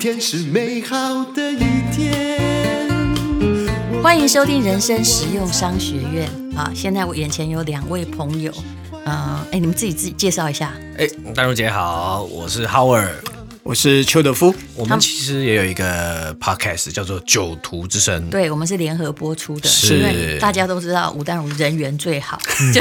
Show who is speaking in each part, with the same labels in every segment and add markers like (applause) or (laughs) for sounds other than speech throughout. Speaker 1: 天是美好的一天。
Speaker 2: 欢迎收听人生实用商学院啊！现在我眼前有两位朋友，呃，哎，你们自己自己介绍一下。
Speaker 3: 哎，丹如姐好，我是 Howard。
Speaker 1: 我是邱德夫，
Speaker 3: 我们其实也有一个 podcast 叫做《九徒之声》，
Speaker 2: 对我们是联合播出的，
Speaker 3: 是
Speaker 2: 因为大家都知道吴淡如人缘最
Speaker 3: (laughs)
Speaker 2: 好，就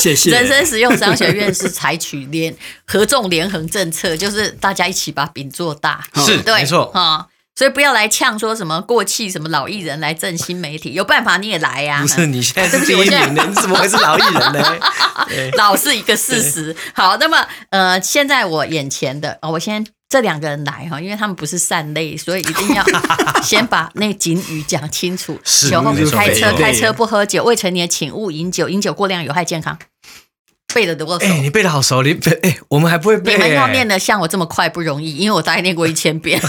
Speaker 1: 谢谢。
Speaker 2: 人生实用商学院是采取联 (laughs) 合纵连横政策，就是大家一起把饼做大，
Speaker 3: (laughs) 是
Speaker 2: 对，
Speaker 3: 没错。
Speaker 2: 啊、所以不要来呛说什么过气什么老艺人来振兴媒体，有办法你也来呀、
Speaker 3: (laughs) 不是你现在
Speaker 2: 对
Speaker 3: 是
Speaker 2: 不
Speaker 3: 第
Speaker 2: 起
Speaker 3: 一
Speaker 2: 我现在
Speaker 3: 名的，你怎么会是老艺人呢？对
Speaker 2: 老是一个事实。好，那么呃，现在我眼前的，哦、我先这两个人来哈，因为他们不是善类，所以一定要先把那警语讲清楚。
Speaker 3: (laughs) 是
Speaker 2: 酒后
Speaker 3: 没
Speaker 2: 不
Speaker 3: 错
Speaker 2: 开
Speaker 3: 没
Speaker 2: 车，
Speaker 3: 错
Speaker 2: 开车不喝酒，未成年请勿饮酒，饮酒过量有害健康。背得多熟？
Speaker 3: (laughs) 哎，你背的好熟，你背哎，我们还不会背。
Speaker 2: 你们要念的像我这么快不容易，因为我大概念过一千
Speaker 3: (laughs)
Speaker 2: 遍。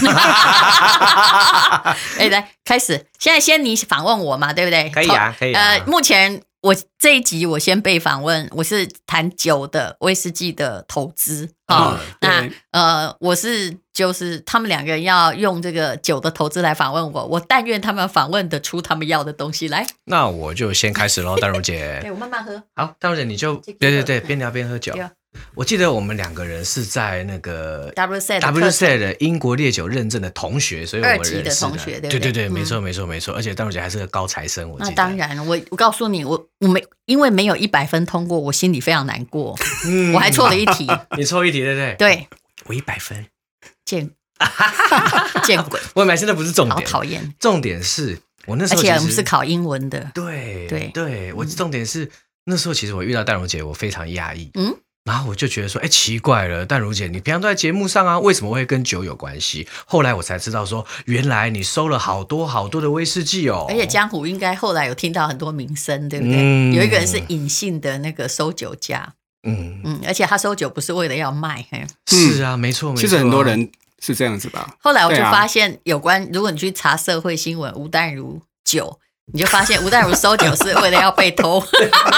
Speaker 2: 哎，来开始，现在先你访问我嘛，对不对？
Speaker 3: 可以啊可以啊
Speaker 2: 呃，目前我这一集我先被访问，我是谈酒的威士忌的投资
Speaker 3: 嗯
Speaker 2: 啊。那
Speaker 1: 对
Speaker 2: 呃，我是就是他们两个人要用这个酒的投资来访问我，我但愿他们访问得出他们要的东西来。
Speaker 3: 那我就先开始喽，丹如
Speaker 2: 哎， (laughs)
Speaker 3: 姐。
Speaker 2: 我慢慢喝。
Speaker 3: 好，丹如姐你就
Speaker 2: 这个
Speaker 3: 对对对，边聊边喝酒
Speaker 2: 对啊。
Speaker 3: 我记得我们两个人是在那个
Speaker 2: W C
Speaker 3: W C 的英国烈酒认证的同学，所以我们
Speaker 2: 二级的
Speaker 3: 认识
Speaker 2: 同学对不
Speaker 3: 对
Speaker 2: 对
Speaker 3: 对，
Speaker 2: 嗯
Speaker 3: 没错没错没错。而且丹如姐还是个高材生，我记
Speaker 2: 那
Speaker 3: 得。
Speaker 2: 当然，我我告诉你，我我没因为没有一百分通过，我心里非常难过，
Speaker 3: 嗯，
Speaker 2: 我还错了一
Speaker 3: (laughs)
Speaker 2: 题。
Speaker 3: 你错一题，对不对？，
Speaker 2: 对，
Speaker 3: 我一百分。
Speaker 2: 见 (laughs) 见鬼，
Speaker 3: 我买现在不是重
Speaker 2: 好
Speaker 3: 点，
Speaker 2: 讨厌！
Speaker 3: 重点是我那时
Speaker 2: 而
Speaker 3: 候
Speaker 2: 且
Speaker 3: 其
Speaker 2: 我们
Speaker 3: 实
Speaker 2: 是考英文的，
Speaker 3: 对
Speaker 2: 对
Speaker 3: 对，我
Speaker 2: 嗯
Speaker 3: 重点是、那时候其实我遇到淡如姐，我非常压抑，
Speaker 2: 嗯
Speaker 3: 嗯，然后我就觉得说，哎，奇怪了，淡如姐，你平常都在节目上啊，为什么会跟酒有关系？后来我才知道说，原来你收了好多好多的威士忌哦，
Speaker 2: 而且江湖应该后来有听到很多名声，对不对？
Speaker 3: 嗯
Speaker 2: 有一个人是隐性的那个收酒家，
Speaker 3: 嗯，
Speaker 2: 嗯，而且他收酒不是为了要卖，嘿。
Speaker 3: 是啊，没错，没错，
Speaker 1: 其实很多人是这样子吧，
Speaker 2: 后来我就
Speaker 1: 对啊
Speaker 2: 发现，有关、如果你去查社会新闻，吴淡如酒，你就发现吴淡如收酒是为了要被偷。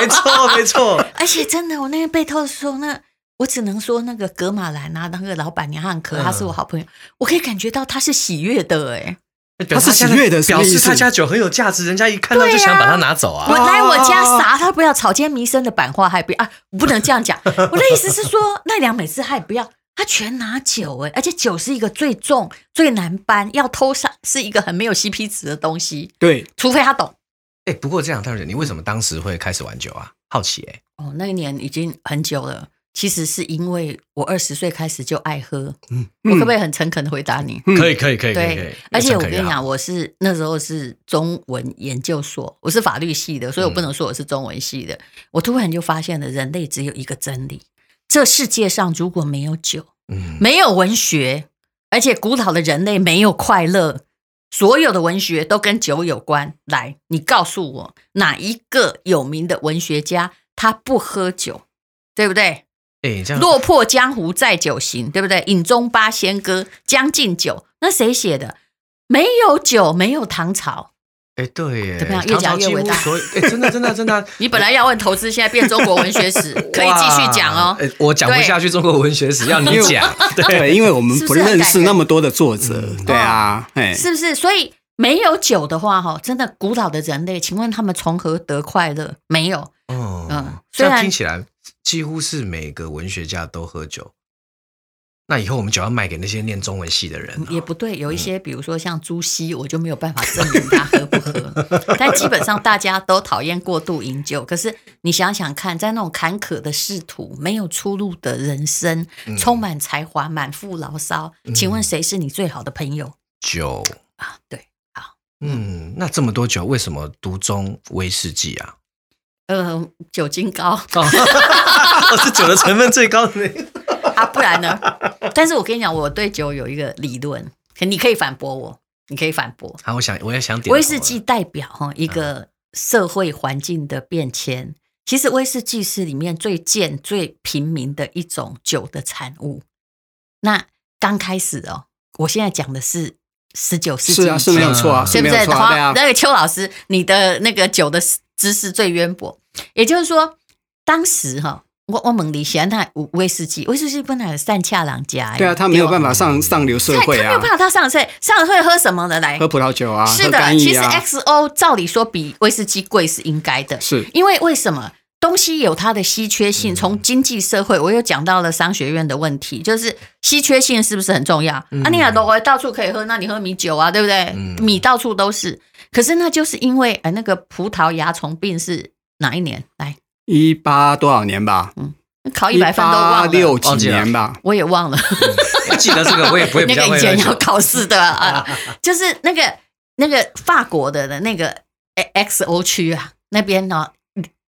Speaker 3: 没错，没错，
Speaker 2: 而且真的，我那天被偷的时候，那我只能说那个格马兰啊，那个老板娘汉可，
Speaker 3: 嗯
Speaker 2: 她是我好朋友，我可以感觉到她是喜悦的、哎、
Speaker 3: 表
Speaker 1: (laughs)
Speaker 3: 示
Speaker 1: 他是喜悦的
Speaker 3: 表
Speaker 1: 什么意
Speaker 3: 示
Speaker 1: 思
Speaker 3: 他家酒很有价值，人家一看到就想把它拿走啊，
Speaker 2: 我来我家
Speaker 1: 哦
Speaker 2: 啥，她不要草间弥生的版画，还不要啊，我不能这样讲。 (laughs) 我的意思是说，奈良美智还不要，她全拿酒、哎，而且酒是一个最重、最难搬，要偷上是一个很没有 CP 值的东西，
Speaker 4: (laughs)
Speaker 1: 对，
Speaker 2: 除非她懂。
Speaker 3: 哎、不过这样，淡如姐，你为什么当时会开始玩酒啊？好奇哎、
Speaker 2: 哦，那一年已经很久了。其实是因为我二十岁开始就爱喝，嗯我
Speaker 3: 嗯，
Speaker 2: 可不可以很诚恳的回答你？
Speaker 1: 嗯
Speaker 3: 可以，可以，可以，可以。可
Speaker 2: 对
Speaker 3: 以，
Speaker 2: 而且我
Speaker 3: 那这样可以
Speaker 2: 跟你
Speaker 3: 啊
Speaker 2: 讲，我是那时候是中文研究所，我是法律系的，所以我不
Speaker 3: 嗯
Speaker 2: 能说我是中文系的。我突然就发现了，人类只有一个真理：这世界上如果没有酒，
Speaker 3: 嗯，
Speaker 2: 没有文学，而且古老的人类没有快乐，所有的文学都跟酒有关。来，你告诉我，哪一个有名的文学家他不喝酒，对不对？
Speaker 3: 哎、你这样
Speaker 2: 落魄江湖再酒行，对不对？饮中八仙歌，将进酒，那谁写的？没有酒，没有唐朝。
Speaker 3: 哎、对耶，
Speaker 2: 怎么样
Speaker 3: 唐朝
Speaker 2: 越讲越
Speaker 3: 几乎
Speaker 2: 伟大
Speaker 3: 所以哎、真的，真的，真的啊，
Speaker 2: 你本来要问投资，现在变中国文学史， (laughs) 可以继续讲哦
Speaker 3: 哇。哎我讲不
Speaker 2: 对
Speaker 3: 下去中国文学史，要你
Speaker 1: 因为
Speaker 3: 讲。
Speaker 2: (laughs)
Speaker 1: 对，因为我们
Speaker 2: 是
Speaker 1: 不
Speaker 2: 不是很
Speaker 1: 认
Speaker 2: 感
Speaker 1: 识
Speaker 2: 人
Speaker 1: 那么多的作者，
Speaker 3: 嗯
Speaker 1: 对啊，哎，
Speaker 2: 是不是？所以没有酒的话，哈，真的古老的人类，请问他们从何得快乐？没有，
Speaker 3: 嗯
Speaker 2: 嗯
Speaker 3: 嗯，这
Speaker 2: 虽
Speaker 3: 样
Speaker 2: 然
Speaker 3: 听起来几乎是每个文学家都喝酒。那以后我们酒要卖给那些念中文系的人啊、
Speaker 2: 也不对。有一些，比如说像朱熹，我就没有办法证明他喝不喝。但基本上大家都讨厌过度饮酒。可是你想想看，在那种坎坷的仕途、没有出路的人生，
Speaker 3: 嗯
Speaker 2: 充满才华、满腹牢骚，请问谁是你最好的朋友
Speaker 3: 酒。
Speaker 2: 啊？对，
Speaker 3: 嗯，那这么多酒，为什么独中威士忌啊？
Speaker 2: 呃，酒精高。 (laughs)
Speaker 3: (laughs) 哦，是酒的成分最高的那。
Speaker 2: 啊，不然呢？但是我跟你讲，我对酒有一个理论，可你可以反驳我，你可以反驳。
Speaker 3: 啊好，我想我也想点头了
Speaker 2: 威士忌。代表哈一个社会环境的变迁。其实威士忌是里面最贱、最平民的一种酒的产物。那刚开始哦，我现在讲的是十九世纪
Speaker 1: 是
Speaker 2: 以
Speaker 1: 啊，
Speaker 2: 前，
Speaker 1: 是没有错啊，
Speaker 3: 是
Speaker 1: 是
Speaker 2: 对不
Speaker 1: 没有
Speaker 2: 对？
Speaker 1: 错啊，对啊，
Speaker 2: 那个邱老师，你的那个酒的知识最渊博。也就是说，当时哈，我我问你，现在有威士忌，威士忌本来善恰人家的，
Speaker 4: 对啊，他没有办
Speaker 2: 法，
Speaker 4: 法上上流社会
Speaker 2: 他没有
Speaker 4: 啊
Speaker 2: 办，法，他上岁上岁喝什么的来？
Speaker 4: 喝葡萄酒啊，
Speaker 2: 是
Speaker 4: 喝
Speaker 2: 的，
Speaker 4: 干
Speaker 2: 其
Speaker 4: 邑
Speaker 2: 实
Speaker 4: 啊，
Speaker 2: XO 照理说比威士忌贵是应该的，
Speaker 4: 是
Speaker 2: 因为为什么东西有它的稀缺
Speaker 4: 嗯
Speaker 2: 性？从经济社会，我又讲到了商学院的问题，就是稀缺性是不是很重要？
Speaker 4: 嗯
Speaker 2: 啊，你讲我到处可以喝，那你喝米酒啊，对不对？
Speaker 3: 嗯
Speaker 2: 米到处都是，可是那就是因为呃那个葡萄牙虫病是哪一年？来
Speaker 4: 一八多少年吧，
Speaker 2: 考哦一百分都
Speaker 4: 八
Speaker 2: 忘了，
Speaker 4: 六几年吧，
Speaker 2: 我也忘了。
Speaker 3: 我记得这个，我也不会比
Speaker 2: 那
Speaker 3: 较
Speaker 2: 个
Speaker 3: 会
Speaker 2: 以
Speaker 3: 喝
Speaker 2: 前要
Speaker 3: 酒。
Speaker 2: 考试的啊，就是那个那个法国的的那个 XO 区啊，那边呢、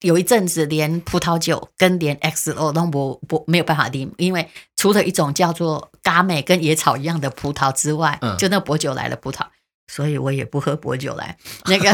Speaker 2: 有一阵子连葡萄酒跟连 XO 都不不没有办法拎，因为除了一种叫做嘎美跟野草一样的葡萄之外，
Speaker 3: 嗯
Speaker 2: 就那薄酒来的葡萄。所以我也不喝薄酒来，那个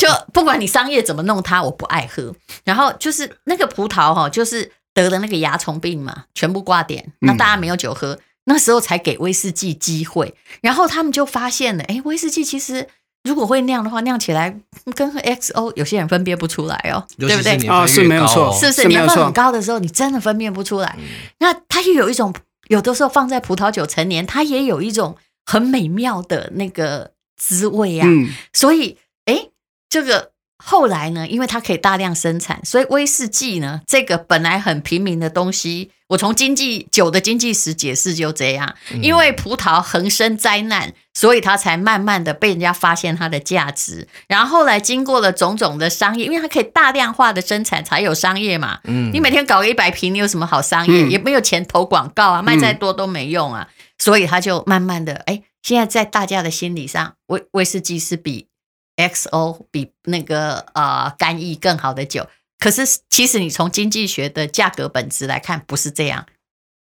Speaker 2: 就不管你商业怎么弄它，我不爱喝。然后就是那个葡萄哈、就是得了那个蚜虫病嘛，全部挂点，
Speaker 3: 嗯
Speaker 2: 那大家没有酒喝，那时候才给威士忌机会。然后他们就发现了，哎，威士忌其实如果会酿的话，酿起来跟喝 XO 有些人分辨不出来哦，
Speaker 3: 尤
Speaker 2: 对
Speaker 3: 其
Speaker 2: 不对？
Speaker 3: 是年份越
Speaker 4: 啊是没有
Speaker 3: 高哦
Speaker 4: 错
Speaker 2: 是不是
Speaker 4: 是没有
Speaker 2: 年份
Speaker 4: 错
Speaker 2: 很高的时候，你真的分辨不出来。那它又有一种，有的时候放在葡萄酒陈年，它也有一种很美妙的那个滋味啊呀、
Speaker 4: 嗯，
Speaker 2: 所以，哎，这个后来呢，因为它可以大量生产，所以威士忌呢，这个本来很平民的东西，我从经济酒的经济史解释就这样，因为葡萄横生灾难，所以它才慢慢的被人家发现它的价值。然后后来经过了种种的商业，因为它可以大量化的生产，才有商业嘛。
Speaker 3: 嗯
Speaker 2: 你每天搞个一百瓶，你有什么好商业？
Speaker 4: 嗯
Speaker 2: 也没有钱投广告
Speaker 3: 嗯
Speaker 2: 啊，卖再多都没用啊。所以他就慢慢的，哎，现在在大家的心理上，威威士忌是比 XO 比那个呃干邑更好的酒。可是其实你从经济学的价格本质来看，不是这样。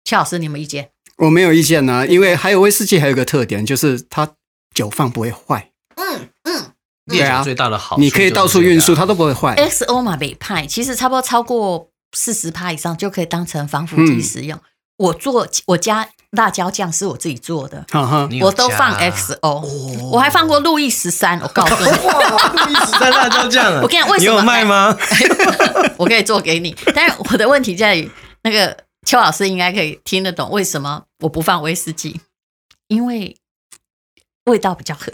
Speaker 2: 邱老师，你有没有意见？
Speaker 4: 我没有意见呢，因为还有威士忌还有一个特点就是它酒放不会坏，
Speaker 2: 嗯嗯
Speaker 3: 烈哦酒最大的好处
Speaker 4: 啊你可以到处运输，
Speaker 3: 就是这
Speaker 4: 它
Speaker 3: 个
Speaker 4: 都不会坏，
Speaker 3: 哎
Speaker 2: ，XO 嘛北派其实差不多超过四十帕以上就可以当成防腐剂
Speaker 4: 嗯
Speaker 2: 使用。我做我家辣椒酱是我自己做的，
Speaker 4: 哈哈，
Speaker 3: 你有
Speaker 2: 我都
Speaker 3: 加
Speaker 2: 放 XO，、我还放过路易十三。我告诉你，
Speaker 3: 哦哇，一直在辣椒酱啊！
Speaker 2: 我跟你讲为什么
Speaker 3: 你有卖吗？
Speaker 2: 我可以做给你。但是我的问题在于，那个邱老师应该可以听得懂为什么我不放威士忌，因为味道比较合。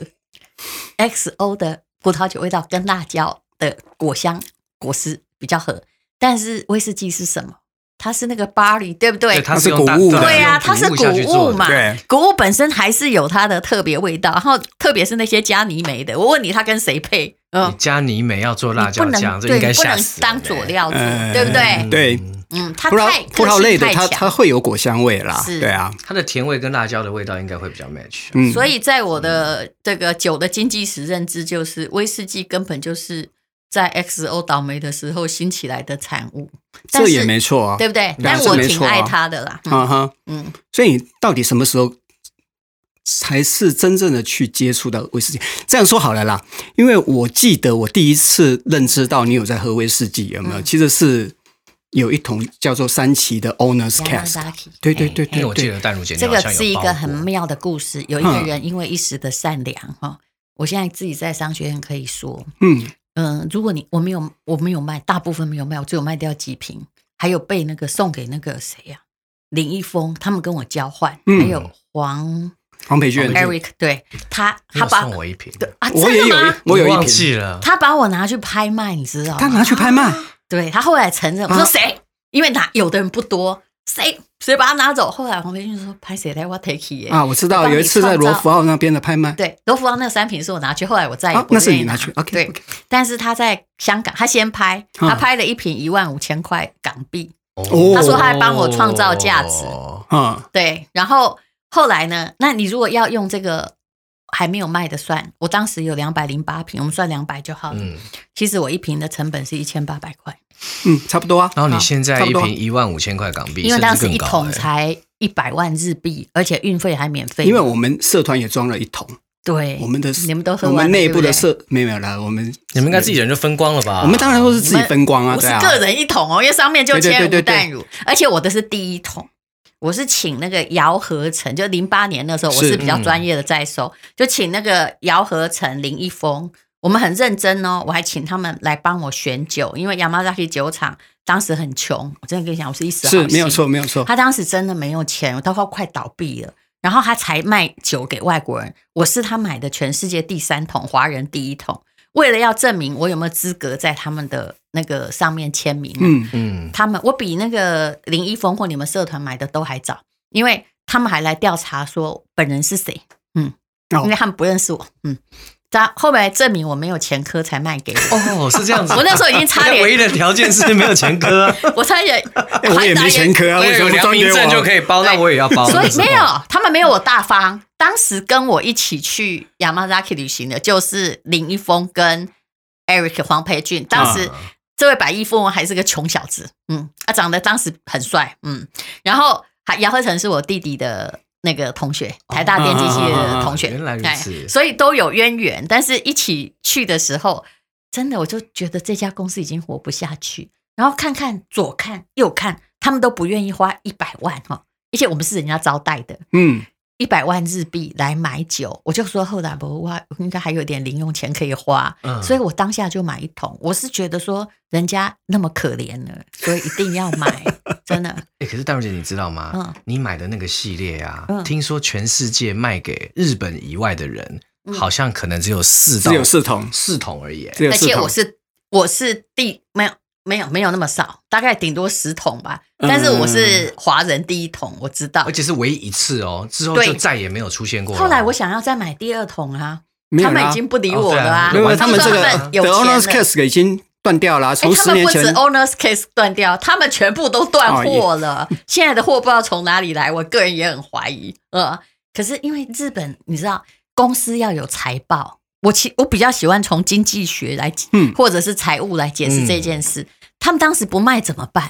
Speaker 2: XO 的葡萄酒味道跟辣椒的果香果实比较合，但是威士忌是什么？它是那个 barley，对不对？
Speaker 3: 它
Speaker 4: 是
Speaker 3: 用
Speaker 4: 谷
Speaker 3: 大
Speaker 4: 物的
Speaker 2: 对呀、
Speaker 3: 呀，
Speaker 2: 它是
Speaker 3: 用
Speaker 2: 谷
Speaker 3: 下去
Speaker 2: 物
Speaker 3: 做的
Speaker 2: 嘛
Speaker 4: 对，
Speaker 2: 谷物本身还是有它的特别味道，然后特别是那些加泥煤的，我问你它跟谁配？
Speaker 3: 你
Speaker 2: 嗯，
Speaker 3: 加泥煤要做辣
Speaker 2: 你不
Speaker 3: 椒
Speaker 2: 能
Speaker 3: 酱，这应
Speaker 2: 对，
Speaker 3: 该
Speaker 2: 你不
Speaker 3: 吓
Speaker 2: 能
Speaker 3: 死人
Speaker 2: 当
Speaker 3: 欸
Speaker 2: 佐料做，
Speaker 4: 嗯
Speaker 2: 对不对
Speaker 3: 嗯？
Speaker 4: 对
Speaker 2: 嗯，它
Speaker 4: 葡
Speaker 2: 太
Speaker 4: 萄葡萄类的它它
Speaker 2: 它，
Speaker 4: 会有果香味啦，
Speaker 2: 是
Speaker 4: 对啊，
Speaker 3: 它的甜味跟辣椒的味道应该会比较 match。啊
Speaker 4: 嗯，
Speaker 2: 所以在我的这个酒的经济史认知，就是威士忌根本就是在 XO 倒霉的时候兴起来的产物，但
Speaker 4: 这
Speaker 2: 是
Speaker 4: 也没错啊
Speaker 2: 对，不对？
Speaker 4: 对啊
Speaker 2: 但
Speaker 4: 这
Speaker 2: 我
Speaker 4: 没
Speaker 2: 挺
Speaker 4: 错啊
Speaker 2: 爱它的啦，嗯
Speaker 4: 啊哈，
Speaker 2: 嗯，
Speaker 4: 所以你到底什么时候才是真正的去接触到威士忌？这样说好了啦，因为我记得我第一次认知到你有在喝威士忌，有没有？
Speaker 2: 嗯
Speaker 4: 其实是有一桶叫做三旗的 Owners Cast，
Speaker 2: Yamazaki
Speaker 4: 对对对
Speaker 2: 哎
Speaker 3: 因为我
Speaker 4: 对
Speaker 3: 记
Speaker 4: 对，
Speaker 3: 得淡如姐，
Speaker 2: 这
Speaker 3: 你好
Speaker 2: 个
Speaker 3: 像有
Speaker 2: 是一
Speaker 3: 报过
Speaker 2: 个很妙的故事。有一
Speaker 4: 嗯
Speaker 2: 个人因为一时的善良哈、哦我现在自己在商学院可以说，
Speaker 4: 嗯，
Speaker 2: 嗯，如果你我没有我没有卖，大部分没有卖，我只有卖掉几瓶，还有被那个送给那个谁呀、林一峰，他们跟我交换，
Speaker 4: 嗯
Speaker 2: 还有黄
Speaker 4: 黄培俊，
Speaker 2: Eric，对他
Speaker 3: 你
Speaker 2: 他
Speaker 3: 有
Speaker 2: 把
Speaker 3: 送我一瓶，
Speaker 2: 对啊，
Speaker 4: 我也
Speaker 2: 真的
Speaker 4: 有一
Speaker 2: 吗？
Speaker 4: 我有
Speaker 3: 忘
Speaker 4: 一瓶，
Speaker 3: 记了，
Speaker 2: 他把我拿去拍卖，你知道吗？
Speaker 4: 他拿去拍卖，啊
Speaker 2: 对他后来承认，我说谁？因为拿有的人不多，谁谁把他拿走？后来黄培俊说拍谁来我 take 耶、
Speaker 4: 啊，我知道
Speaker 2: 帮你
Speaker 4: 有一次在罗浮奥那边的拍卖，
Speaker 2: 对，罗浮奥那个三瓶是我拿去，后来我再也
Speaker 4: 啊
Speaker 2: 不、，
Speaker 4: 那是你拿去，OK，
Speaker 2: 对，但是他在香港，他先拍，
Speaker 4: 嗯
Speaker 2: 他拍了一瓶一万五千块港币，
Speaker 4: 哦他说
Speaker 2: 他还帮我创造价值
Speaker 4: 啊，
Speaker 2: 对，然后后来呢？那你如果要用这个还没有卖的算，我当时有两百零八瓶，我们算两百就好了。
Speaker 3: 嗯，
Speaker 2: 其实我一瓶的成本是一千八百块，
Speaker 4: 嗯，差不多啊，
Speaker 3: 然后你现在
Speaker 4: 差不
Speaker 3: 一
Speaker 4: 多
Speaker 3: 瓶一万五千块港币，
Speaker 2: 因为当时
Speaker 3: 甚
Speaker 2: 一
Speaker 3: 至更高
Speaker 2: 桶
Speaker 3: 欸
Speaker 2: 才一百万日币，而且运费还免费。
Speaker 4: 因为我们社团也装了一桶，
Speaker 2: 对
Speaker 4: 我们的
Speaker 2: 你们都喝
Speaker 4: 我
Speaker 2: 完
Speaker 4: 们
Speaker 2: 了
Speaker 4: 内
Speaker 2: 对
Speaker 4: 部
Speaker 2: 不
Speaker 4: 的
Speaker 2: 对
Speaker 4: 社没有没有啦，我们
Speaker 3: 你们应该自己啊人就分光了吧？
Speaker 4: 我们当然都是自己分光啊，
Speaker 2: 我是
Speaker 4: 对啊，
Speaker 2: 个人一桶哦，因为上面就
Speaker 4: 对对
Speaker 2: 签
Speaker 4: 对
Speaker 2: 吴
Speaker 4: 对对
Speaker 2: 淡如，而且我的是第一桶，我是请那个姚和成，就零八年那时候我
Speaker 4: 是嗯
Speaker 2: 是比较专业的在收，就请那个姚和成、林一峰，我们很认真哦，我还请他们来帮我选酒，因为雅马扎提酒厂当时很穷，我真的跟你讲，我是一时好
Speaker 4: 是
Speaker 2: 心
Speaker 4: 没有错，没有错。
Speaker 2: 他当时真的没有钱，他快快倒闭了，然后他才卖酒给外国人。我是他买的全世界第三桶，华人第一桶。为了要证明我有没有资格在他们的那个上面签名、啊，
Speaker 4: 嗯，
Speaker 3: 嗯，
Speaker 2: 他们我比那个林一峰或你们社团买的都还早，因为他们还来调查说本人是谁，嗯因为
Speaker 4: 哦，
Speaker 2: 他们不认识我。嗯，他后来证明我没有前科才卖给我。
Speaker 3: 哦，是这样子。
Speaker 2: 我
Speaker 3: (laughs)
Speaker 2: 那时候已经差
Speaker 4: (laughs)
Speaker 3: 那
Speaker 2: 点
Speaker 3: 唯一的条件是没有前科啊，
Speaker 2: 我差点，
Speaker 4: 我也没前科啊，为
Speaker 3: 我
Speaker 4: 什
Speaker 3: 有
Speaker 4: 么不
Speaker 3: 良
Speaker 4: 装
Speaker 3: 民
Speaker 4: 给我
Speaker 3: 证
Speaker 4: 啊？
Speaker 3: 就可以包，那我也要包。
Speaker 2: 所以
Speaker 3: 是吗
Speaker 2: 没有，他们没有我大方。当时跟我一起去 Yamazaki 旅行的就是林一峰跟 Eric 黄培俊。当时
Speaker 3: 啊
Speaker 2: 这位百亿富翁还是个穷小子，嗯，他、长得当时很帅，嗯，然后还姚鹤成是我弟弟的。那个同学，台
Speaker 3: 哦
Speaker 2: 大电机系的同学，
Speaker 3: 啊啊啊啊原来如此
Speaker 2: 哎所以都有渊源。但是一起去的时候，真的我就觉得这家公司已经活不下去。然后看看左看右看，他们都不愿意花一百万哈、哦，而且我们是人家招待的，
Speaker 4: 嗯，
Speaker 2: 一百万日币来买酒，我就说后来不，我应该还有点零用钱可以花，
Speaker 3: 嗯
Speaker 2: 所以我当下就买一桶。我是觉得说人家那么可怜了，所以一定要
Speaker 3: (laughs)
Speaker 2: 买，真的，
Speaker 3: 哎、可是淡如姐，你知道吗？
Speaker 2: 嗯
Speaker 3: 你买的那个系列啊，
Speaker 2: 嗯
Speaker 3: 听说全世界卖给日本以外的人，
Speaker 2: 嗯
Speaker 3: 好像可能只有四到
Speaker 4: 只有四桶，
Speaker 3: 四桶而已。哎
Speaker 4: 只有
Speaker 2: 而
Speaker 4: 四
Speaker 2: 且
Speaker 4: 桶
Speaker 2: 我。是我是第没有没有没有那么少，大概顶多十桶吧，但是我是华人第一桶，我知道
Speaker 3: 而。且是唯一一次哦，之后
Speaker 2: 对
Speaker 3: 就再也没有出现过了。
Speaker 2: 后来我想要再买第二桶啊，
Speaker 4: 没有
Speaker 2: 他
Speaker 4: 啦
Speaker 2: 们已经不理
Speaker 3: 哦
Speaker 2: 我
Speaker 3: 对啊
Speaker 2: 了啊，
Speaker 3: 没
Speaker 4: 因
Speaker 3: 有
Speaker 4: 为
Speaker 3: 完
Speaker 4: 他
Speaker 3: 全
Speaker 4: 们
Speaker 2: 说
Speaker 4: 这个
Speaker 3: 他
Speaker 2: 们有
Speaker 4: The
Speaker 2: 钱
Speaker 4: Honors
Speaker 2: 了
Speaker 4: Case 已经断掉了啊，
Speaker 2: 哎，
Speaker 4: 从
Speaker 2: 他
Speaker 4: 十
Speaker 2: 们
Speaker 4: 年
Speaker 2: 不止
Speaker 4: 前
Speaker 2: owners case 断掉，他们全部都断货
Speaker 4: 啊
Speaker 2: 了。现在的货不知道从哪里来，我个人也很怀疑。呃，可是因为日本，你知道公司要有财报，我其我比较喜欢从经济学来，
Speaker 4: 嗯
Speaker 2: 或者是财务来解释这件事。他们当时不卖怎么办？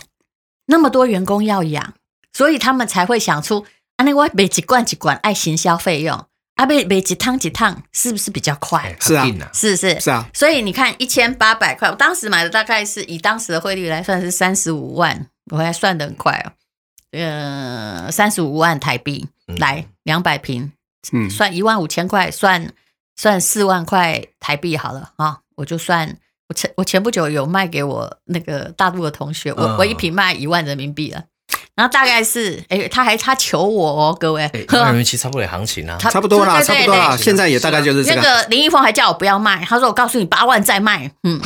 Speaker 2: 那么多员工要养，所以他们才会想出啊，那我每几罐几罐爱行销费用，啊，每每几趟几趟，是不是比较
Speaker 3: 哎
Speaker 2: 快？
Speaker 3: 他
Speaker 4: 是啊
Speaker 3: 定了
Speaker 2: 是不是？
Speaker 4: 是啊，
Speaker 2: 所以你看，一千八百块，我当时买的大概是以当时的汇率来算是三十五万，我还算的很快哦，呃，三十五万台币
Speaker 3: 嗯
Speaker 2: 来两百瓶，
Speaker 4: 嗯，
Speaker 2: 算一万五千块，算算四万块台币好了啊、我就算我前我前不久有卖给我那个大陆的同学，我、
Speaker 3: 嗯
Speaker 2: 我一瓶卖一万人民币了，然后大概是哎，他还他求我哦，各位，
Speaker 3: 哎，
Speaker 2: 呵
Speaker 3: 那人其实差不多也行情啊。
Speaker 2: 他
Speaker 4: 差不多啦，
Speaker 2: 对对
Speaker 4: 差不
Speaker 2: 对
Speaker 4: 多啦，
Speaker 2: 对
Speaker 4: 现在也大概就是这个。
Speaker 2: 那个林一峰还叫我不要卖，他说我告诉你八万再卖，
Speaker 4: (laughs)
Speaker 2: 嗯，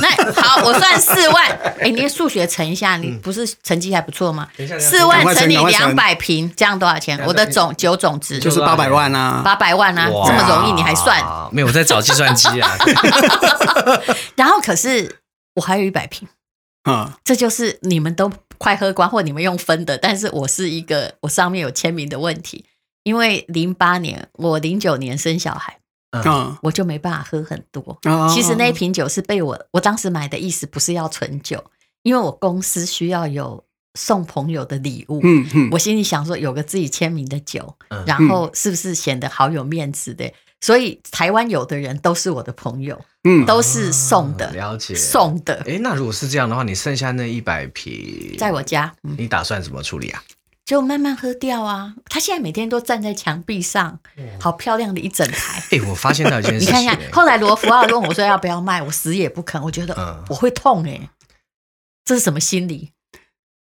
Speaker 2: 那好，我算四万，哎、你数学乘一下，你不是成绩还不错吗？
Speaker 3: 等一下等一下
Speaker 2: 四万
Speaker 4: 嗯啊赶快乘
Speaker 2: 乘以
Speaker 4: 赶快乘
Speaker 2: 两百平，这样多少钱？我的总九总值
Speaker 4: 就是八百万啊，
Speaker 2: 八百万啊，
Speaker 3: 哇
Speaker 2: 这么容易你还算？
Speaker 3: 没有，我在找计算机啊。
Speaker 2: 然后可是我还有一百平，
Speaker 4: 嗯，
Speaker 2: 这就是你们都快喝光或你们用分的，但是我是一个我上面有签名的问题，因为零八年我零九年生小孩，
Speaker 4: 嗯
Speaker 2: 我就没办法喝很多。
Speaker 4: 啊
Speaker 2: 其实那一瓶酒是被我我当时买的意思不是要存酒，因为我公司需要有送朋友的礼物。
Speaker 4: 嗯嗯
Speaker 2: 我心里想说，有个自己签名的酒，
Speaker 3: 嗯
Speaker 2: 然后是不是显得好有面子的？所以台湾有的人都是我的朋友，
Speaker 4: 嗯，
Speaker 2: 都 (laughs) 是送的，
Speaker 3: 啊 (laughs) 了解
Speaker 2: 送的，
Speaker 3: 哎，那如果是这样的话，你剩下那一百瓶，
Speaker 2: 在我家，嗯，
Speaker 3: 你打算怎么处理啊？
Speaker 2: 就慢慢喝掉啊。他现在每天都站在墙壁上，
Speaker 3: 哦
Speaker 2: 好漂亮的一整
Speaker 3: (laughs)
Speaker 2: 排。
Speaker 3: 哎，我发现到一件
Speaker 2: 你
Speaker 3: 事情，
Speaker 2: 看一下
Speaker 3: 哎，
Speaker 2: 后来罗福奥问我说要不要卖，我死也不肯。我觉得
Speaker 3: 嗯
Speaker 2: 我会痛哎、这是什么心理？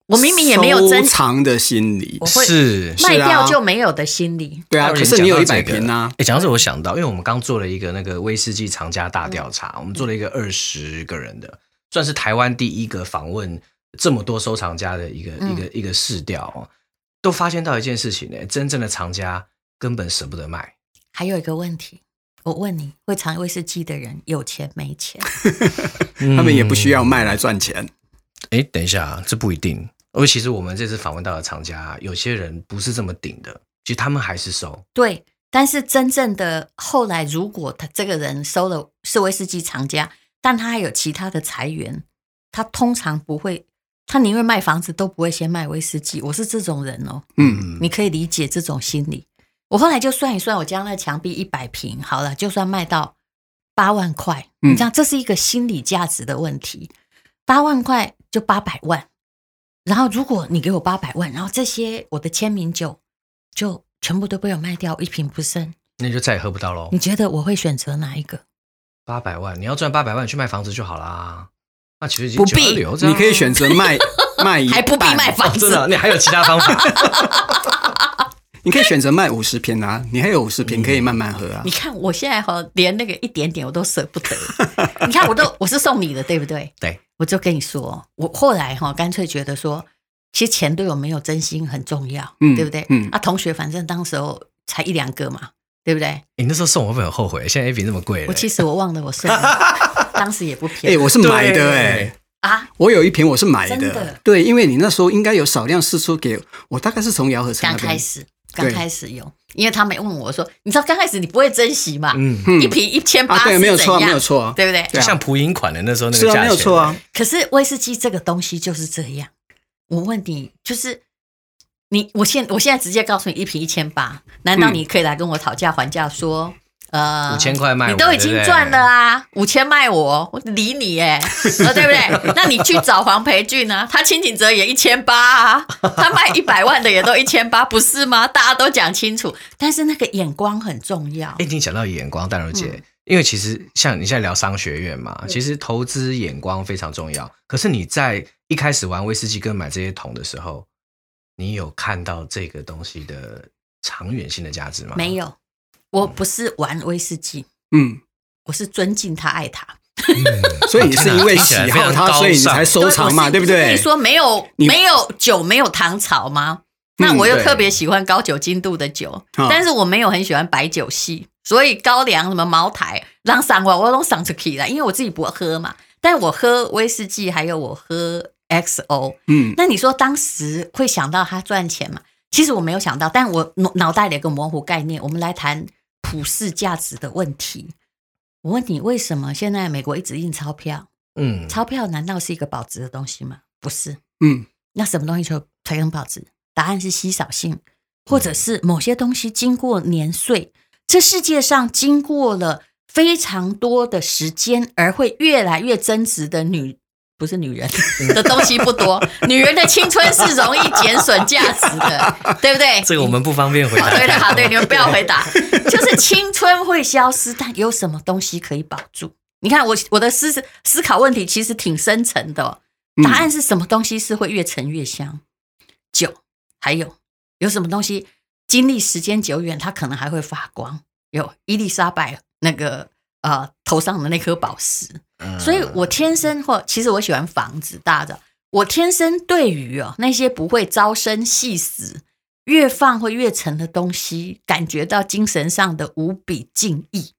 Speaker 2: 我明明也没有真
Speaker 4: 收，藏的心理
Speaker 2: 我，会
Speaker 3: 是
Speaker 2: 卖
Speaker 4: 是啊
Speaker 2: 掉就没有的心理。
Speaker 4: 对啊，
Speaker 3: 还有
Speaker 4: 可
Speaker 3: 人
Speaker 4: 是你有一百
Speaker 3: 讲到这个
Speaker 4: 瓶啊，
Speaker 3: 哎、讲到这我想到，因为我们刚做了一个那个威士忌藏家大调查，我们做了一个二十个人的，算是台湾第一个访问这么多收藏家的一个、
Speaker 2: 嗯
Speaker 3: 一个一个试调哦，都发现到一件事情呢、真正的藏家根本舍不得卖。
Speaker 2: 还有一个问题，我问你，会尝威士忌的人有钱没
Speaker 4: (laughs)
Speaker 2: 钱？
Speaker 3: 嗯
Speaker 4: 他们也不需要卖来赚钱。
Speaker 3: 哎，等一下，这不一定。而且其实我们这次访问到的厂家，啊有些人不是这么顶的，其实他们还是收。
Speaker 2: 对，但是真正的后来，如果他这个人收了是威士忌藏家，但他还有其他的财源，他通常不会，他宁愿卖房子都不会先卖威士忌。我是这种人哦。
Speaker 4: 嗯，
Speaker 2: 你可以理解这种心理。我后来就算一算，我将那墙壁一百平，好了，就算卖到八万块，
Speaker 4: 嗯
Speaker 2: 你知道这是一个心理价值的问题。八万块就八百万，然后如果你给我八百万，然后这些我的签名酒就全部都被我卖掉，一瓶不剩，嗯
Speaker 3: 那就再也喝不到喽
Speaker 2: 你。觉得我会选择哪一个？
Speaker 3: 八百万，你要赚八百万去卖房子就好啦。那其实已经
Speaker 2: 不必
Speaker 3: 九二流这
Speaker 4: 你
Speaker 3: 样
Speaker 4: 可以选择卖卖一半，
Speaker 2: 还不必卖
Speaker 3: 哦
Speaker 2: 房
Speaker 3: 真
Speaker 2: 子，
Speaker 3: 的，你还有其他
Speaker 4: (laughs)
Speaker 3: 方法？
Speaker 4: 你可以选择卖五十平啊，你还有五十平可以慢慢喝啊
Speaker 2: 你。看我现在哈，连那个一点点我都舍不得。 (laughs) 你看我都我是送你的，对不对？
Speaker 3: 对，
Speaker 2: 我就跟你说，我后来哈，干脆觉得说，其实钱对我没有真心很重要，
Speaker 4: 嗯
Speaker 2: 对不对？
Speaker 4: 嗯
Speaker 2: 啊，同学反正当时候才一两个嘛，对不对？
Speaker 3: 你那时候送我会不会很后悔？现在 A 比那么贵了，
Speaker 2: 我其实我忘了我
Speaker 4: (laughs)
Speaker 2: 送了，当时也不
Speaker 4: 哎、
Speaker 2: 便宜、
Speaker 4: 我是买的
Speaker 3: 对
Speaker 4: 哎、
Speaker 2: 啊。
Speaker 4: 我有一瓶我是买的，
Speaker 2: 真的
Speaker 4: 对，因为你那时候应该有少量试出给我我，大概是从姚和成
Speaker 2: 刚
Speaker 4: 那边
Speaker 2: 开，始，刚开始有，因为他们问我说，你知道刚开始你不会珍惜嘛？
Speaker 3: 嗯，
Speaker 4: 嗯
Speaker 2: 一瓶一千八
Speaker 4: 啊，对，
Speaker 2: 是
Speaker 4: 没有
Speaker 2: 怎
Speaker 4: 错啊，
Speaker 2: 样？
Speaker 4: 没有错啊，
Speaker 2: 对不对？
Speaker 4: 对
Speaker 3: 就
Speaker 4: 啊
Speaker 3: 像普银款的那时候那
Speaker 4: 是
Speaker 3: 个价
Speaker 4: 啊，
Speaker 3: 钱，
Speaker 4: 没有错啊，
Speaker 2: 可是威士忌这个东西就是这样。我问你，就是你，我现我现在直接告诉你，一瓶一千八，难道
Speaker 4: 嗯
Speaker 2: 你可以来跟我讨价还价说，呃，
Speaker 3: 5000块嗯卖我
Speaker 2: 你都已
Speaker 3: 对
Speaker 2: 经
Speaker 3: 不对
Speaker 2: 赚了啊，五千卖我，我理你哎、呃对不对？ (laughs) 那你去找黄培俊啊，他清景泽也一千八啊，他卖一百万的也都一千八，不是吗？大家都讲清楚，但是那个眼光很重要
Speaker 3: 哎、。你讲到眼光，淡如
Speaker 4: 嗯
Speaker 3: 姐，因为其实像你现在聊商学院嘛，其实投资眼光非常重要。可是你在一开始玩威士忌跟买这些桶的时候，你有看到这个东西的长远性的价值吗？
Speaker 2: 没，有，我不是玩威士忌，
Speaker 4: 嗯，
Speaker 2: 我是尊敬他，爱他。
Speaker 4: (laughs)
Speaker 3: 嗯
Speaker 4: 所以你是因为
Speaker 3: 啊听起
Speaker 4: 喜
Speaker 3: 来
Speaker 4: 好
Speaker 3: 非常高
Speaker 4: 它，
Speaker 3: 尚
Speaker 4: 所以你才收藏嘛，对不
Speaker 2: 对我是我是跟
Speaker 4: 对
Speaker 2: 你？说没有
Speaker 4: 你
Speaker 2: 没有酒，没有糖炒吗？那
Speaker 4: 嗯
Speaker 2: 我又
Speaker 3: 对
Speaker 2: 特别喜欢高酒精度的酒，
Speaker 4: 啊
Speaker 2: 但是我没有很喜欢白酒系，所以高粱什么茅台、让散我我都上出去了，因为我自己不喝嘛。但我喝威士忌，还有我喝 XO。
Speaker 4: 嗯，
Speaker 2: 那你说当时会想到他赚钱吗？其实我没有想到，但我脑脑袋里有个模糊概念。我们来谈普世价值的问题。我问你，为什么现在美国一直印钞票？
Speaker 3: 嗯，
Speaker 2: 钞票难道是一个保值的东西吗？不是。
Speaker 4: 嗯，
Speaker 2: 那什么东西才才能保值？答案是稀少性，或者是某些东西经过年岁，这世界上经过了非常多的时间，而会越来越增值的女。不是女人 (laughs) 的东西不多，女人的青春是容易减损价值的，对不对？
Speaker 3: 这个我们不方便回
Speaker 2: 好 (laughs)
Speaker 3: 答。
Speaker 2: 对的，啊好对，你们不要回答。就是青春会消失，但有什么东西可以保住？你看我我的思思考问题其实挺深层的哦、
Speaker 4: 嗯
Speaker 2: 答案是什么东西是会越陈越香？酒，还有有什么东西经历时间久远，它可能还会发光？有伊丽莎白那个呃头上的那颗宝石，
Speaker 3: 嗯
Speaker 2: 所以我天生或其实我喜欢房子大的，我天生对于哦那些不会朝生夕死、越放会越沉的东西，感觉到精神上的无比敬意。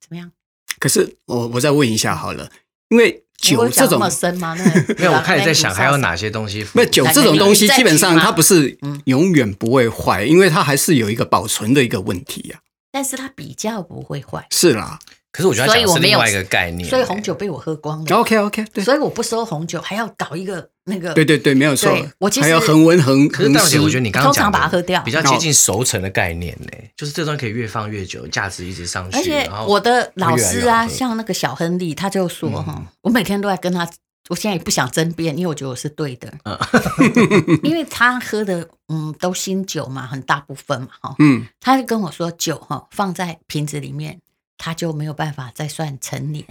Speaker 2: 怎么样？
Speaker 4: 可是我我再问一下好了，因为
Speaker 2: 我
Speaker 4: 酒
Speaker 2: 有
Speaker 4: 这
Speaker 2: 讲那
Speaker 4: 种
Speaker 2: 么深吗？那
Speaker 3: (laughs) 没有，我看你在想还有？哪些东西符
Speaker 4: 那
Speaker 3: 合？
Speaker 4: 酒这种东西，基本上它不是
Speaker 2: 嗯
Speaker 4: 永远不会坏，因为它还是有一个保存的一个问题啊。
Speaker 2: 但是它比较不会坏，
Speaker 4: 是啦
Speaker 3: 可是我觉得它
Speaker 2: 所以
Speaker 3: 讲的
Speaker 2: 我
Speaker 3: 是
Speaker 2: 没
Speaker 3: 另
Speaker 2: 有
Speaker 3: 外一个概念、欸
Speaker 2: 所以红酒被我喝光了。
Speaker 4: ，OK OK，对
Speaker 2: 所以我不收红酒，还要搞一个那个。
Speaker 4: 对对对，没有错
Speaker 2: 对我其。实
Speaker 4: 还要恒温恒
Speaker 3: 可是
Speaker 4: 恒
Speaker 3: 大姐，
Speaker 4: 湿，
Speaker 3: 我觉得你刚刚讲的
Speaker 2: 通常把它喝掉
Speaker 3: 比较接近熟成的概念呢、就是这东西可以越放越久，价值一直上去。
Speaker 2: 而且
Speaker 3: 然后
Speaker 2: 我的老师
Speaker 3: 会越来越好嗯
Speaker 2: 啊，
Speaker 3: 喝
Speaker 2: 像那个小亨利，他就说哈、我每天都在跟他，我现在也不想争辩，因为我觉得我是对的，
Speaker 3: 嗯
Speaker 2: (laughs) 因为他喝的嗯都新酒嘛，很大部分嘛哈、
Speaker 4: 嗯
Speaker 2: 他就跟我说酒哈、放在瓶子里面，他就没有办法再算成年。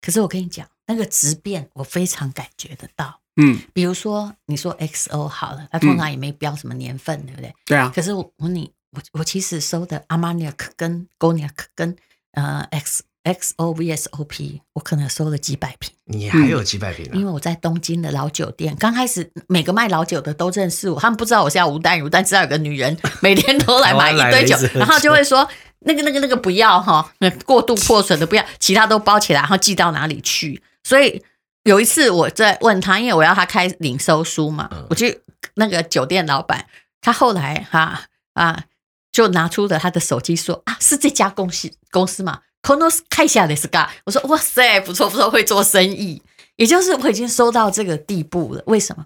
Speaker 2: 可是我跟你讲，那个质变我非常感觉得到。
Speaker 4: 嗯，
Speaker 2: 比如说你说 XO 好了，它通
Speaker 3: 嗯
Speaker 2: 常也没标什么年份，对不对？
Speaker 4: 对啊，
Speaker 2: 可是我我你我我其实收的 Armagnac 跟 Cognac 跟呃 X XO VSOP，我可能收了几百瓶，
Speaker 3: 你还
Speaker 2: 嗯
Speaker 3: 有几百瓶、啊
Speaker 2: 因为我在东京的老酒店，刚开始每个卖老酒的都认识我，他们不知道我是吴淡如，但知道有个女
Speaker 3: (laughs)
Speaker 2: 人每天都来买一堆酒
Speaker 3: 台湾来了一直喝，酒
Speaker 2: 然后就会说那个那个那个不要哈，那过度破损的不要，其他都包起来，然后寄到哪里去？所以有一次我在问他，因为我要他开领收书嘛，
Speaker 3: 嗯
Speaker 2: 我去那个酒店老板，他后来哈啊就拿出了他的手机说啊，是这家公司公司嘛 c o n o s 开下的 sky，我啊说哇塞，不错不错，会做生意。也就是我已经收到这个地步了，为什么？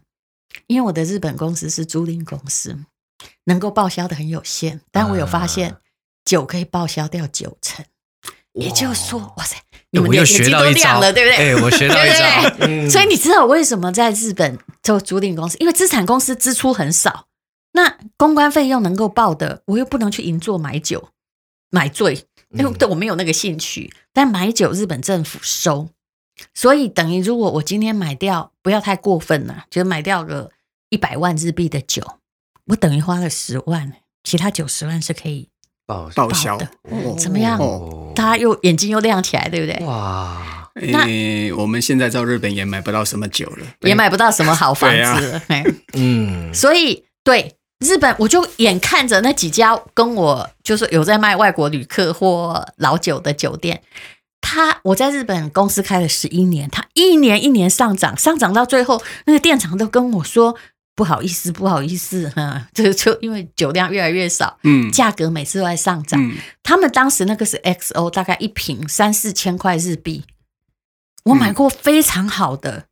Speaker 2: 因为我的日本公司是租赁公司，能够报销的很有限，但我有发现、
Speaker 3: 啊
Speaker 2: 酒可以报销掉九成，也就是说，哇塞，你
Speaker 3: 哎
Speaker 2: 们
Speaker 3: 我又
Speaker 2: 眼睛
Speaker 3: 学到
Speaker 2: 都
Speaker 3: 一
Speaker 2: 亮
Speaker 3: 招
Speaker 2: 了，对不对？
Speaker 3: 哎、我学到一
Speaker 2: 对
Speaker 3: 招
Speaker 2: 不，
Speaker 3: 嗯
Speaker 2: 所以你知道我为什么在日本做租赁公司？因为资产公司支出很少，那公关费用能够报的，我又不能去银座买酒买醉，因
Speaker 4: 嗯
Speaker 2: 为对我没有那个兴趣。但买酒日本政府收，所以等于如果我今天买掉，不要太过分了，就是买掉个一百万日币的酒，我等于花了十万，其他九十万是可以。
Speaker 3: 报
Speaker 4: 报销
Speaker 2: 的嗯
Speaker 4: 哦
Speaker 2: 怎么样
Speaker 4: 哦
Speaker 2: 大家又眼睛又亮起来，对不对？
Speaker 3: 哇，
Speaker 2: 那
Speaker 4: 诶、我们现在到日本也买不到什么酒了，
Speaker 2: 也买不到什么好房
Speaker 4: 对啊
Speaker 2: 子了。嘿
Speaker 3: 嗯，
Speaker 2: 所以对日本，我就眼看着那几家跟我就是有在卖外国旅客或老酒的酒店，他我在日本公司开了十一年，他一年一年上涨，上涨到最后，那个店长都跟我说。不好意思，不好意思，哈， (laughs) 就就因为酒量越来越少，
Speaker 4: 嗯
Speaker 2: 价格每次都在上涨。
Speaker 4: 嗯，
Speaker 2: 他们当时那个是 XO，大概一瓶三四千块日币，我买过非常好的，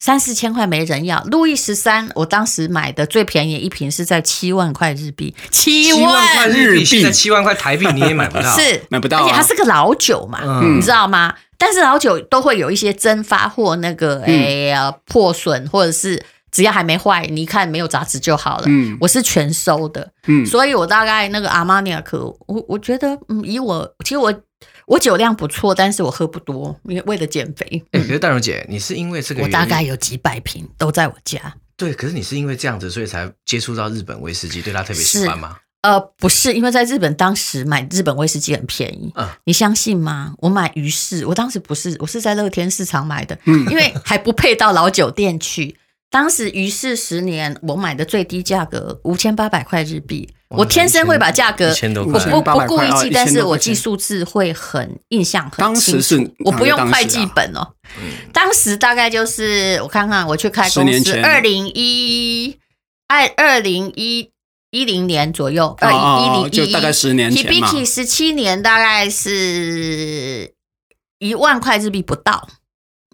Speaker 2: 三四千块没人要。路易十三，我当时买的最便宜一瓶是在七万块日币，七
Speaker 3: 七万块
Speaker 4: 日
Speaker 3: 日币，
Speaker 4: 币
Speaker 3: 现在七万块台币你也买不
Speaker 2: (laughs)
Speaker 3: 到，
Speaker 2: 是
Speaker 4: 买不到啊
Speaker 2: 而且它是个老酒嘛，
Speaker 3: 嗯
Speaker 2: 你知道吗？但是老酒都会有一些蒸发或那个
Speaker 4: 嗯
Speaker 2: 哎呀、破损，或者是只要还没坏，你一看没有杂质就好了。
Speaker 4: 嗯
Speaker 2: 我是全收的，
Speaker 4: 嗯
Speaker 2: 所以我大概那个阿玛尼亚克，我我觉得，嗯，以我其实我我酒量不错，但是我喝不多，因为为了减肥，
Speaker 3: 哎、可是戴荣姐，你是因为这个
Speaker 2: 我
Speaker 3: 原因，
Speaker 2: 大概有几百瓶都在我家。
Speaker 3: 对，可是你是因为这样子，所以才接触到日本威士忌，对他特别喜欢吗？
Speaker 2: 呃，不是，因为在日本当时买日本威士忌很便宜，
Speaker 3: 嗯
Speaker 2: 你相信吗？我买鱼市，我当时不是，我是在乐天市场买的，
Speaker 4: 嗯
Speaker 2: 因为还不配到老酒店去。当时鱼市十年，我买的最低价格五千八百块日币。
Speaker 3: 哇
Speaker 2: 我天生会把价格，
Speaker 3: 一千多
Speaker 2: 我
Speaker 3: 块
Speaker 2: 不不故意
Speaker 4: 1800
Speaker 2: 记，但是我
Speaker 4: 块钱哦
Speaker 2: 记数字会很印象很
Speaker 4: 当
Speaker 2: 清
Speaker 4: 时
Speaker 2: 楚。
Speaker 4: 是
Speaker 2: 我不用
Speaker 4: 哪个当时啊
Speaker 2: 会计本哦，当时大概就是我看看，我去开
Speaker 4: 10
Speaker 2: 公
Speaker 4: 年
Speaker 2: 司，
Speaker 4: 前
Speaker 2: 二零一二二零一一零年左右，
Speaker 4: 哦
Speaker 2: 二
Speaker 4: 哦
Speaker 2: 呃一
Speaker 4: 哦
Speaker 2: 一零
Speaker 4: 就大概10年前嘛
Speaker 2: Hibiki 十七年大概是一万块日币不到，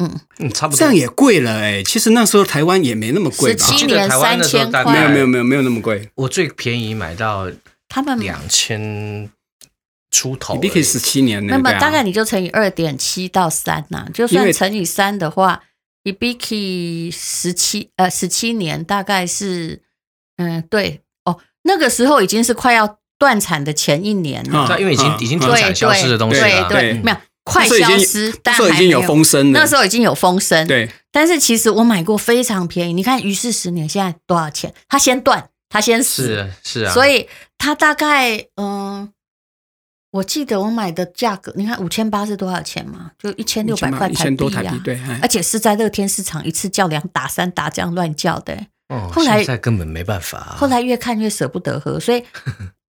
Speaker 3: 嗯，差不多。
Speaker 4: 这样也贵了哎、其实那时候台湾也没那么贵吧？
Speaker 2: 17
Speaker 3: 记得台湾那时候大概
Speaker 2: 年
Speaker 4: 没有没有
Speaker 2: 3000
Speaker 4: 没有没有那么贵
Speaker 3: 我最便宜买到
Speaker 2: 他们
Speaker 3: 两千出头而已，
Speaker 4: b 嗯 k 十七年呢，
Speaker 2: 那么
Speaker 4: 对啊
Speaker 2: 大概你就乘以二点七到三呐、就
Speaker 4: 因
Speaker 2: 算
Speaker 4: 为
Speaker 2: 乘以三的话，Ibiki 十七呃十七年大概是嗯对哦，那个时候已经是快要断产的前一年了，
Speaker 4: 啊
Speaker 3: 对，因为已经、
Speaker 4: 啊
Speaker 3: 已经
Speaker 4: 啊
Speaker 3: 停
Speaker 2: 对
Speaker 3: 产
Speaker 2: 对
Speaker 3: 消失的东西
Speaker 2: 对
Speaker 3: 了，
Speaker 2: 对，
Speaker 4: 嗯
Speaker 2: 没有快
Speaker 4: 那时候已
Speaker 2: 消
Speaker 4: 经
Speaker 2: 失，
Speaker 4: 那
Speaker 2: 但
Speaker 4: 时候已
Speaker 2: 还
Speaker 4: 经
Speaker 2: 没
Speaker 4: 有风声了，
Speaker 2: 那时候已经有风声，。
Speaker 4: 嗯对，
Speaker 2: 但是其实我买过非常便宜，你看于是十年现在多少钱？它先断，它先死，
Speaker 3: 是是啊，
Speaker 2: 所以它大概嗯，我记得我买的价格，你看五千八是多少钱嘛？就一千六百块
Speaker 4: 一
Speaker 2: 台
Speaker 4: 千
Speaker 2: 币
Speaker 4: 多台
Speaker 2: 呀、
Speaker 4: 币，对，哎
Speaker 2: 而且是在乐天市场一次叫两打三打这样乱叫的、欸
Speaker 3: 哦
Speaker 2: 后来
Speaker 3: 现在根本没办法、啊，
Speaker 2: 后来越看越舍不得喝，所以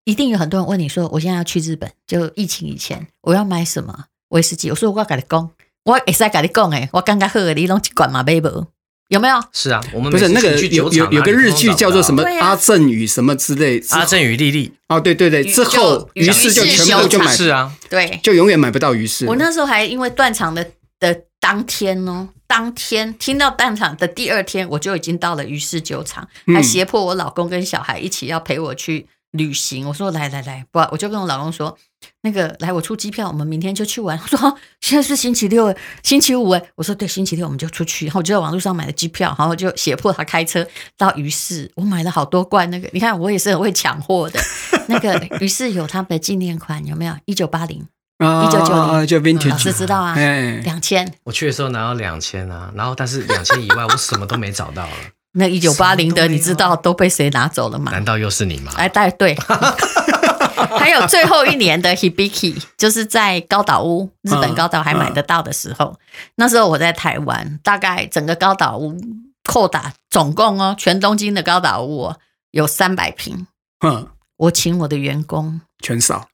Speaker 2: 一定有很多人问你说，我现在要去日本，就疫情以前，我要买什么威士忌？我说我要跟你讲，我也在跟你讲诶，我刚刚喝的你拢一管嘛买无，有没有？
Speaker 3: 是啊，我们
Speaker 4: 不是
Speaker 3: 每
Speaker 4: 那
Speaker 3: 次
Speaker 4: 个
Speaker 3: 去
Speaker 4: 有有
Speaker 3: 酒厂
Speaker 4: 有
Speaker 3: 哪
Speaker 4: 个
Speaker 3: 里
Speaker 4: 日
Speaker 3: 都
Speaker 4: 剧
Speaker 3: 找
Speaker 4: 叫
Speaker 3: 不
Speaker 4: 做
Speaker 3: 到
Speaker 4: 什么
Speaker 2: 对啊
Speaker 4: 阿正宇什么之类，之
Speaker 3: 阿正与莉莉，
Speaker 4: 哦，对对对，
Speaker 2: 宇
Speaker 4: 之后
Speaker 2: 就
Speaker 4: 于
Speaker 2: 于
Speaker 4: 是
Speaker 2: 是
Speaker 4: 就全部
Speaker 2: 就
Speaker 4: 就买，
Speaker 3: 是啊，
Speaker 2: 对，
Speaker 4: 就永远买不到于是了。
Speaker 2: 我那时候还因为断肠的的当天哦，当天听到断肠的第二天，我就已经到了于氏酒厂，还
Speaker 4: 嗯
Speaker 2: 胁迫我老公跟小孩一起要陪我去旅行。我说来来来，不，我就跟我老公说，那个来我出机票，我们明天就去玩。 (laughs) 他说啊现在是星期六，星期五哎，我说对，星期六我们就出去。然后我就在网络上买了机票，然后就胁迫他开车到于氏，我买了好多罐那个，你看我也是很会抢货的。那个于氏有他们的纪念款有没有？一九八零，
Speaker 4: 啊啊
Speaker 2: 1990
Speaker 4: 啊就
Speaker 2: 老师
Speaker 4: vintage，
Speaker 2: 知道啊。
Speaker 4: 哎，
Speaker 2: 两千，
Speaker 3: 我去的时候拿到两千啊，然后但是两千以外我什么都没找到了，
Speaker 2: 那一九八零
Speaker 3: 什么都
Speaker 2: 的
Speaker 3: 没有
Speaker 2: 你知道都被谁拿走了吗
Speaker 3: 难？道又是你吗？
Speaker 2: 哎，带
Speaker 3: (laughs)
Speaker 2: 对。还有最后一年的 Hibiki，就是在高岛屋，日本高岛还买得到的时
Speaker 3: 嗯
Speaker 2: 候，那时候我在台湾，大概整个高岛屋扣打总共哦，全东京的高岛屋、哦、有三百平，
Speaker 4: 哼，
Speaker 2: 我请我的员工
Speaker 4: 全少，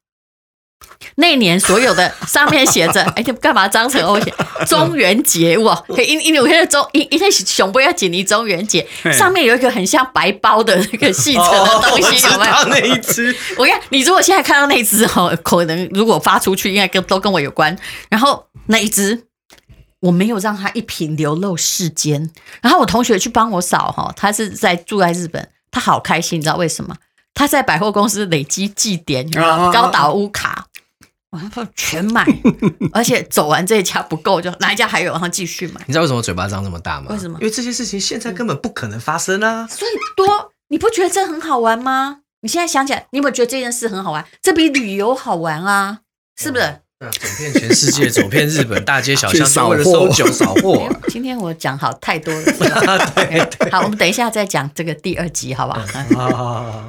Speaker 2: 那年所有的上面写着， (laughs) 哎，你干嘛张成欧写中元节哇？
Speaker 3: 嗯
Speaker 2: 可因因为我现在中因因为熊不要紧你中元节
Speaker 4: 嘿
Speaker 2: 上面有一个很像白包的那个细长的
Speaker 3: 哦，
Speaker 2: 东
Speaker 3: 我
Speaker 2: 西，
Speaker 3: 知
Speaker 2: 有没
Speaker 3: 道
Speaker 2: 有？
Speaker 3: 那一只，
Speaker 2: 我看你如果现在看到那只哦，可能如果发出去，应该跟都跟我有关。然后那一只。我没有让它一瓶流露世间，然后我同学去帮我扫哈，他是在住在日本，他好开心，你知道为什么？他在百货公司累积祭点，有没有
Speaker 4: 啊啊啊
Speaker 2: 高岛屋卡，我说全买，而且走完这一家不够，就哪一家还有，然后继续买。
Speaker 3: 你知道为什么我嘴巴张这么大吗？
Speaker 2: 为什么
Speaker 3: 因为这些事情现在根本不可能发生啊！
Speaker 2: 所以多，你不觉得
Speaker 3: 哦
Speaker 2: 这很好玩吗？你现在想起来，你有没有觉得这件事很好玩？这比旅游好玩啊，是不是？
Speaker 3: 那走遍全世界，走遍日本大街小
Speaker 4: (laughs)
Speaker 3: 巷，
Speaker 4: 去
Speaker 3: 就
Speaker 4: 扫
Speaker 3: 为了收
Speaker 4: 货
Speaker 3: 酒扫
Speaker 4: (laughs)
Speaker 3: 货啊。
Speaker 2: 今天我讲好太多了，是吧
Speaker 3: 对，
Speaker 2: 好，我们等一下再讲这个第二集，好不好？
Speaker 4: 啊
Speaker 3: 好好好好。